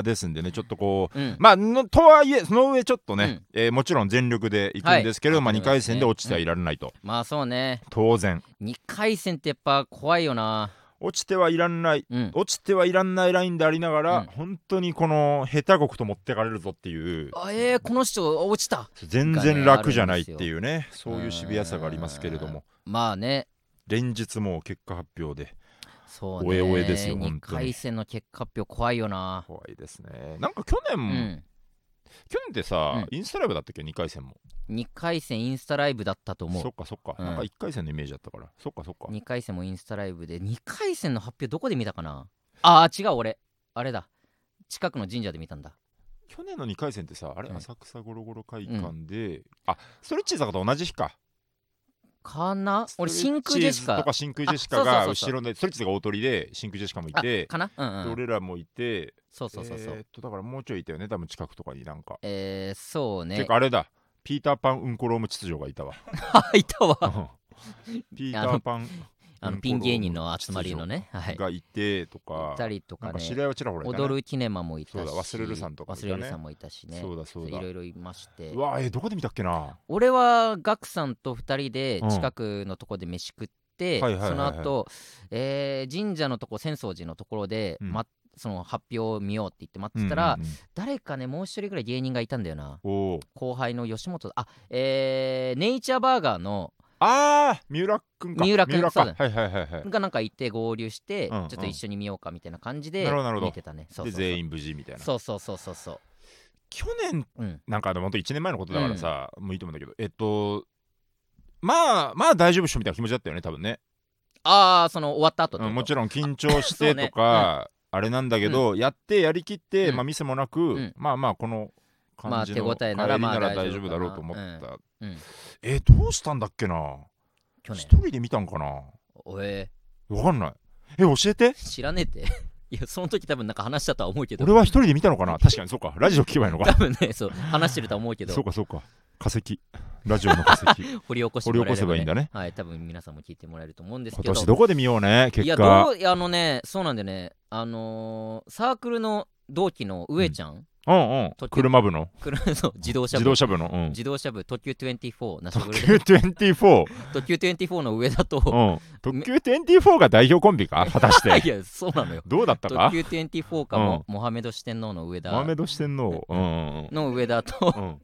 B: ーですんでねちょっとこう
A: お前うん
B: まあ、のとはいえ、その上ちょっとね、
A: うん
B: えーもちろん全力で行くんですけど、
A: はい
B: まあ、2回戦で落ちては
A: うん
B: いられないと、
A: まあそうね
B: 当然、
A: 2回戦ってやっぱ怖いよな
B: 落ちてはいらんない、
A: うん
B: 落ちてはいらんないラインでありながら、
A: うん
B: 本当にこの下手国と持ってかれるぞっていう、
A: あえー、この人あ落ちた
B: 全然楽じゃないっていうね、そういうシビアさがありますけれども、
A: まあね
B: 連日もう結果発表で、
A: そうね
B: おえおえですよ本当
A: 2
B: に
A: 回戦の結果発表怖いよな
B: 怖いですね。なんか去年、
A: うん、
B: 去年ってさ、
A: う
B: インスタライブだったっけ、2回戦も。
A: 2回戦インスタライブだったと思う
B: そっかそっか、
A: うん
B: なんか1回戦のイメージだったから、そっかそっか。
A: 2回戦もインスタライブで2回戦の発表どこで見たかなあー違う俺あれだ近くの神社で見たんだ
B: 去年の2回戦ってさあれ、
A: うん
B: 浅草ゴロゴロ会館で、あストレッチーズとかと同じ日か
A: かな俺
B: ストレ
A: 真
B: ッチーズ
A: 空ジェシ
B: と
A: カ
B: か真空ジェシカ
A: あ
B: が
A: そうそうそうそう
B: 後ろでストレッチーズが大鳥で真空ジェシカもいて
A: かなうん、
B: で
A: うん、
B: 俺らもいて
A: そうそうそうそう
B: えーっとだからもうちょいいたよね多分近くとかになんか、
A: えー、そうね
B: 結構あれだピーターパンうんこローム秩序がいたわ
A: あいたわ
B: ピーターパン
A: あの
B: うん
A: ピン芸人の集まりのねはい
B: がいてと
A: い
B: か、
A: たりと
B: な
A: か
B: んか
A: ね
B: 知り合いはちらほらいたね
A: 踊るキネマもいたし
B: そうだ忘れるさんとかも
A: 忘
B: いたね
A: れるさんもいたしね
B: そうだそうだ
A: いろいろいまして
B: うわえーどこで見たっけな
A: 俺はガクさんと2人で
B: うん
A: 近くのとこで飯食って、
B: はいはいはいはい
A: その後、えー神社のとこ浅草寺のところで、
B: うん
A: ま、その発表を見ようって言って待
B: う
A: っ
B: ん
A: てたら、
B: うんうん
A: 誰かねもう一人ぐらい芸人がいたんだよな
B: おお
A: 後輩の吉本あえー、ネイチャーバーガーの
B: ああ三浦君か
A: 三浦君
B: か
A: そう
B: はいはいはいはい
A: がなんか行って合流して、
B: うんうん
A: ちょっと一緒に見ようかみたいな感じで
B: なるほどなるほど
A: 見てたねそうそう
B: で
A: そう
B: 全員無事みたいな
A: そうそうそうそうそう
B: 去年
A: うん
B: なんかあの本当1年前のことだからさ、もういいと思うんだけどえっとまあまあ大丈夫っしょみたいな気持ちだったよね多分ね、
A: ああその終わった後って
B: う
A: こと
B: ん、もちろん緊張し
A: あそう
B: てと
A: ね
B: か、あれなんだけど、やってやりきって、
A: うん
B: まあミスもなく、
A: ん
B: まあまあこの感じの
A: まあ手応えなら
B: 帰り
A: まあ
B: 大丈夫だろうと思っ
A: 大丈夫
B: た、
A: うん
B: えどうしたんだっけな
A: 去
B: 一
A: 年
B: 人で見たんかな
A: おえ
B: わかんないえ教えて
A: ー知らねえって いやその時多分なんか話したとは思うけど
B: 俺は一人で見たの かな確かにそうかラジオ聞けばいいの
A: 多
B: か
A: 分ね そう話してるとは思うけど
B: そうかそうか化石ラジオの化石
A: 掘り起こしてもらえれば、ね、
B: 掘り起こせばいいんだね
A: はい多分皆さんも聞いてもらえると思うんです
B: 今
A: けど
B: 年どこで見ようね
A: い
B: 結
A: や
B: 果
A: どういやあのねそうなんでねあのーサークルの同期の上ちゃん、
B: うんうん
A: 途中
B: 車部の
A: くる そう自動車部
B: 自動車部の、うん、
A: 自動車部特急24ナショナルで
B: 924、
A: 特急24の上だ
B: う
A: と、
B: ん、特急24が代表コンビか果たし
A: い
B: て
A: やそうなのよ
B: どうだった
A: 特
B: か
A: 急24かも、モハメド四天王の上
B: マー
A: だ
B: メド四天 王うんうん
A: の上だと
B: うん、うん、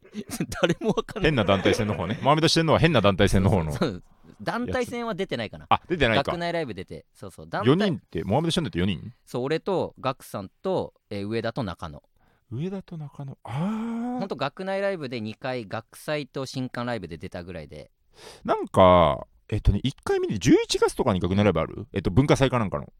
A: 誰もわかんない
B: 変な団体戦の方ねマーメド四天王は変な団体戦の方 の
A: そう団体戦は出てないかな
B: あ出てないか
A: 学内ライブ出てそうそう団体
B: 4人ってモーメド四天王って4人
A: そう俺とガクさんと、えー上田と中野
B: 上田と中野あ
A: ほんと学内ライブで2回学祭と新刊ライブで出たぐらいで
B: ーなんかえっとね1回見に11月とかに学年ライブあるえっと文化祭かなんかの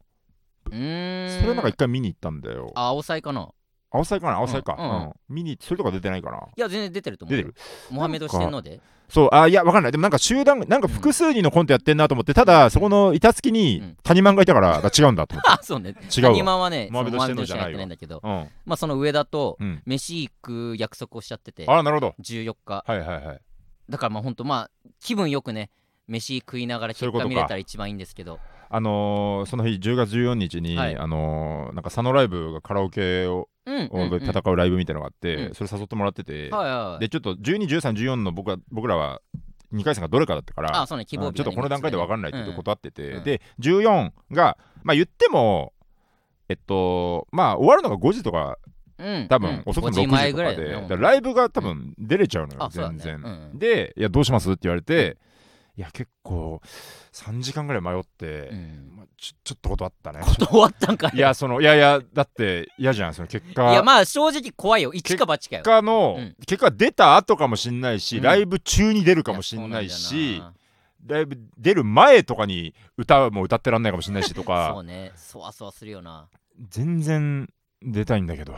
A: うーん
B: それなんか1回見に行ったんだよ
A: あ青菜かな
B: 青菜かな青菜か、う
A: うんんうん
B: 見に行ってそれとか出てないかない
A: や全然出てると思う
B: 出
A: よ
B: てる
A: モハメド四天王で
B: そうあいやわかんないでもなんか集団なんか複数人のコントやってんなと思ってただそこの板付
A: う
B: きに
A: ん
B: 谷間がいたからあ違うんだと思って
A: あ そうね
B: 違うわ
A: 今はね
B: モハメド四天王
A: そう
B: じゃな
A: モハメド四天王やっ
B: いわ
A: てないんだけど
B: うん
A: まあその上田と
B: うん、
A: 飯行く約束をしちゃってて
B: あらなるほど
A: 14日
B: はいはいはい
A: だからまあほんとまあ気分よくね飯食いながら
B: そうい
A: 結
B: うこ
A: 果
B: とか
A: 見れたら一番いいんですけど
B: あのーその日10月14日に、
A: はい
B: あのーなんか佐野ライブがカラオケを、
A: うんうんうん
B: で戦うライブみたいなのがあって、
A: うん
B: それ誘ってもらってて、
A: はいはいはい
B: でちょっと121314の僕は僕らは2回戦がどれかだったから
A: あそうね希望日
B: うんちょっとこの段階で分かんないって言って断ってて、
A: うん
B: で14がまあ言ってもえっとまあ終わるのが5時とか
A: うん
B: 多分遅くて
A: 5時
B: も6
A: 前
B: 時と
A: ぐら
B: か
A: いだ
B: で、
A: よね
B: だからライブが多分出れちゃうのよ、
A: あそうだ
B: 全
A: ね
B: 然、
A: うん
B: で「いやどうします?」って言われて、いや結構3時間ぐらい迷って、
A: うん
B: まあ、ちょちょっと断ったね
A: 断ったんか
B: い
A: い
B: やそのいやいやだって嫌じゃんその結果
A: いやまあ正直怖いよ一か八かよ
B: 結果の、
A: うん
B: 結果出た後かもしんないし、
A: うん
B: ライブ中に出るかもしんないしライブ出る前とかに歌も歌ってらんないかもしんないしと
A: や そ
B: か
A: うねそわそわするよな
B: 全然出たいんだけど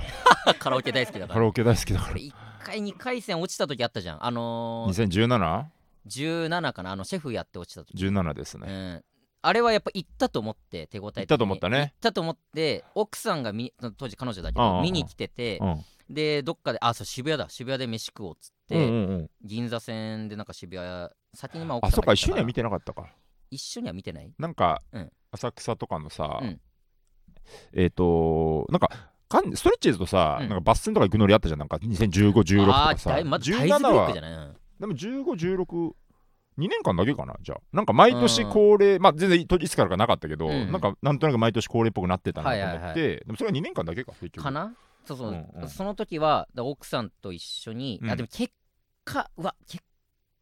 A: カラオケ大好きだか
B: カ
A: ら
B: ラオケ大好きだから
A: 俺1回2回戦落ちた時あったじゃんあのー
B: 2017?17
A: 17かなあのシェフやって落ちた時
B: です
A: う
B: ね
A: んあれはやっぱ行ったと思って手応え的に
B: 行ったと思ったね
A: 行ったと思って奥さんが見当時彼女だけ
B: うんうんう
A: ど
B: ん
A: 見に来てて
B: うん
A: でどっかであそう渋谷だ渋谷で飯食おうっつっ
B: う
A: て
B: んうんうん
A: 銀座線でなんか渋谷先にまあ奥
B: あ
A: さん
B: そっ
A: が
B: か
A: 行
B: 一緒
A: た
B: には見
A: ら
B: てなかったか
A: 一緒には見てない
B: なんか、
A: うん
B: 浅草とかのさ、
A: うん
B: えっ、となんかかんストレッチーズとさ、
A: うん
B: なんかバス戦とか行くノリあったじゃんなんか2015、16と
A: あ
B: か
A: ー
B: さ、
A: だいまだタイズブ
B: 17
A: レイク
B: は
A: じゃないうん
B: でも15、16、2年間だけかな、じゃあ。なんか毎年恒例、まあ全然いいつからかなかったけど、
A: うん
B: なんかなんとなく毎年恒例っぽくなってたなと思って、
A: はいはいはい
B: でもそれが2年間だけか、結局。
A: かなそうそう、
B: うんうん
A: その時はだ奥さんと一緒に、
B: うん
A: あでも結果うわ結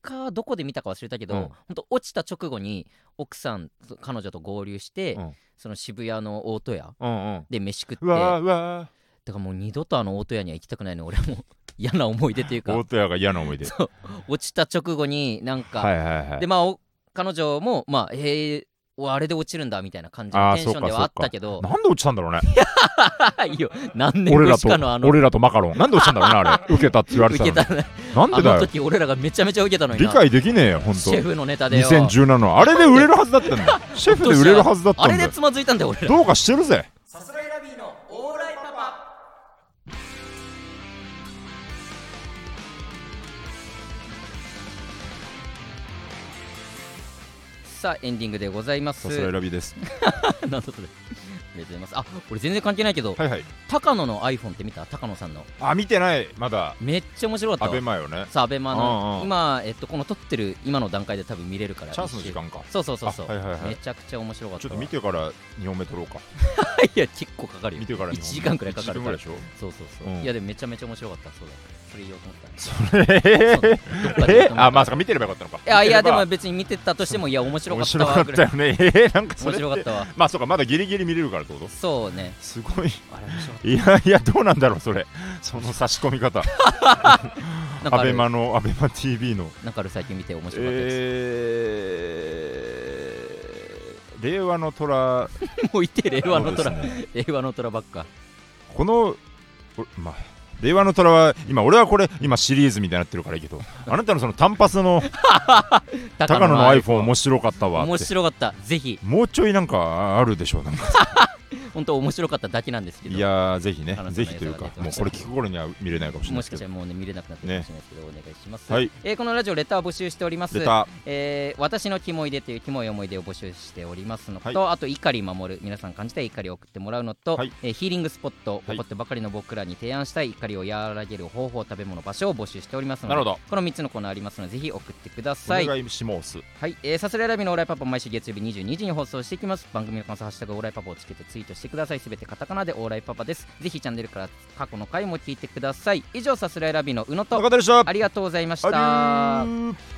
A: 果どこで見たか忘れたけど、
B: うん
A: ほん、本当落ちた直後に奥さんと彼女と合流して、
B: うん
A: その渋谷の大戸屋
B: うんうん。
A: で飯食って
B: うわーうわ
A: だからもう二度とあの大戸屋には行きたくないの俺はもう 嫌な思い出という
B: ー大
A: か
B: 戸屋が嫌な思い出。
A: そう落ちた直後になんか、
B: はいはいはい
A: で。まあお彼女もまあへえおあれで落ちるんだみたいな感じ
B: あ
A: の
B: ー
A: テンションではあったけど
B: なんで落ちたんだろうね。
A: いいよ何年
B: 俺ら
A: 越
B: と
A: しかのあ、の
B: 俺らとマカロン。なんで落ちたんだろうね、あ れ。受けたって言われ
A: 受
B: てた
A: け
B: の
A: た
B: に。
A: ね
B: なんで
A: あの
B: だよ。
A: 時俺らがめちゃめちゃ受けたのに
B: 理
A: な
B: 解できねえよ、ほんと。
A: シェフのネタでよ
B: 2017の。あれで売れるはずだったんだ よ。シェフで売れるはずだった
A: あ
B: ん
A: れ
B: だ
A: で
B: よ。
A: つまずいたんだよ俺ら
B: どうかしてるぜ。
C: さすらいラビーのオーライパパ
A: さあエンディングでございます
B: さ すら選びです
A: なんだそれありがとうございますあ俺全然関係ないけど、
B: はいはい
A: 高野の iPhone って見た高野さんの
B: あ見てないまだ
A: めっちゃ面白か
B: ア
A: った
B: ベ
A: わ
B: マよね
A: さあアベマの
B: うんうん
A: 今、えっと、この撮ってる今の段階で多分見れるから
B: チャンスの時間か
A: そうそうそうそう、
B: あはいはいはい
A: めちゃくちゃ面白かった
B: ちょ
A: わ
B: っと見てから2本目取ろうか
A: いや結構かかるよ
B: 見てから
A: 1時間くらいかかるから
B: 1時間
A: そうそうそう、
B: うん
A: いやでもめちゃめちゃ面白かったそうだそれ言おうと思った
B: ぐらいでしょえ
A: そうどっかで言おうと
B: え
A: 思った
B: あまさか見てればよかったのか
A: いやいやでも
B: 見て
A: 別に見てたとしてもいや面
B: れば
A: 白か
B: 面
A: った
B: 白
A: わ
B: かっ
A: ぐ
B: た
A: らい
B: よね ええなんかそ
A: 面
B: れ
A: 白かったわ
B: まあそうかまだギリギリ見れるからってこと
A: そうね
B: すごい
A: あれ面白かっ
B: いやいやどうなんだろうそれその差し込み
A: た
B: 方
A: なんか
B: ア
A: あ
B: ベ
A: る
B: マのアベマ TV の
A: なんかある最近見て面白かったです、
B: えー令和の虎
A: もういて令和の虎、
B: そうですね
A: 令和の虎ばっか
B: このこまあ令和の虎は今俺はこれ今シリーズみたいになってるからいいけどあなたのその単発の高野の iPhone 面白かったわ
A: 面
B: って
A: 白かったぜひ
B: もうちょいなんかあるでしょうなんか
A: 本当面白かっただけなんですけど
B: いやーぜひね
A: あなたの
B: ぜひというか
A: 映像が出て
B: も
A: ま
B: う
A: す
B: これ聞く頃には見れないかもしれない
A: も
B: で
A: し
B: す
A: か
B: け
A: した
B: ど
A: らもうね見れなくなってるかもしれないですけど、お願いします、
B: はい
A: えーこのラジオレター募集しております
B: 出た
A: えー私のキモいでというキモい思い出を募集しておりますのと、あと怒り守る皆さん感じたい怒りを送ってもらうのと、
B: はい
A: えーヒーリングスポット
B: はい
A: 怒ってばかりの僕らに提案したい怒りを和らげる方法食べ物場所を募集しておりますので
B: なるほど
A: この3つのコーナーありますのでぜひ送ってくだ
B: お
A: さい
B: 願いします
A: はい、えー、サスレラビのオーライパパ毎週月曜日22時に放送していきます番組の感想ハッシュタグオーライパパをつけてツイートしてくださいすべてカタカナでオーライパパですぜひチャンネルから過去の回も聞いてください以上サスレラビの宇野と
B: 中田でした
A: ありがとうございまし
B: アデ
A: た
B: ュー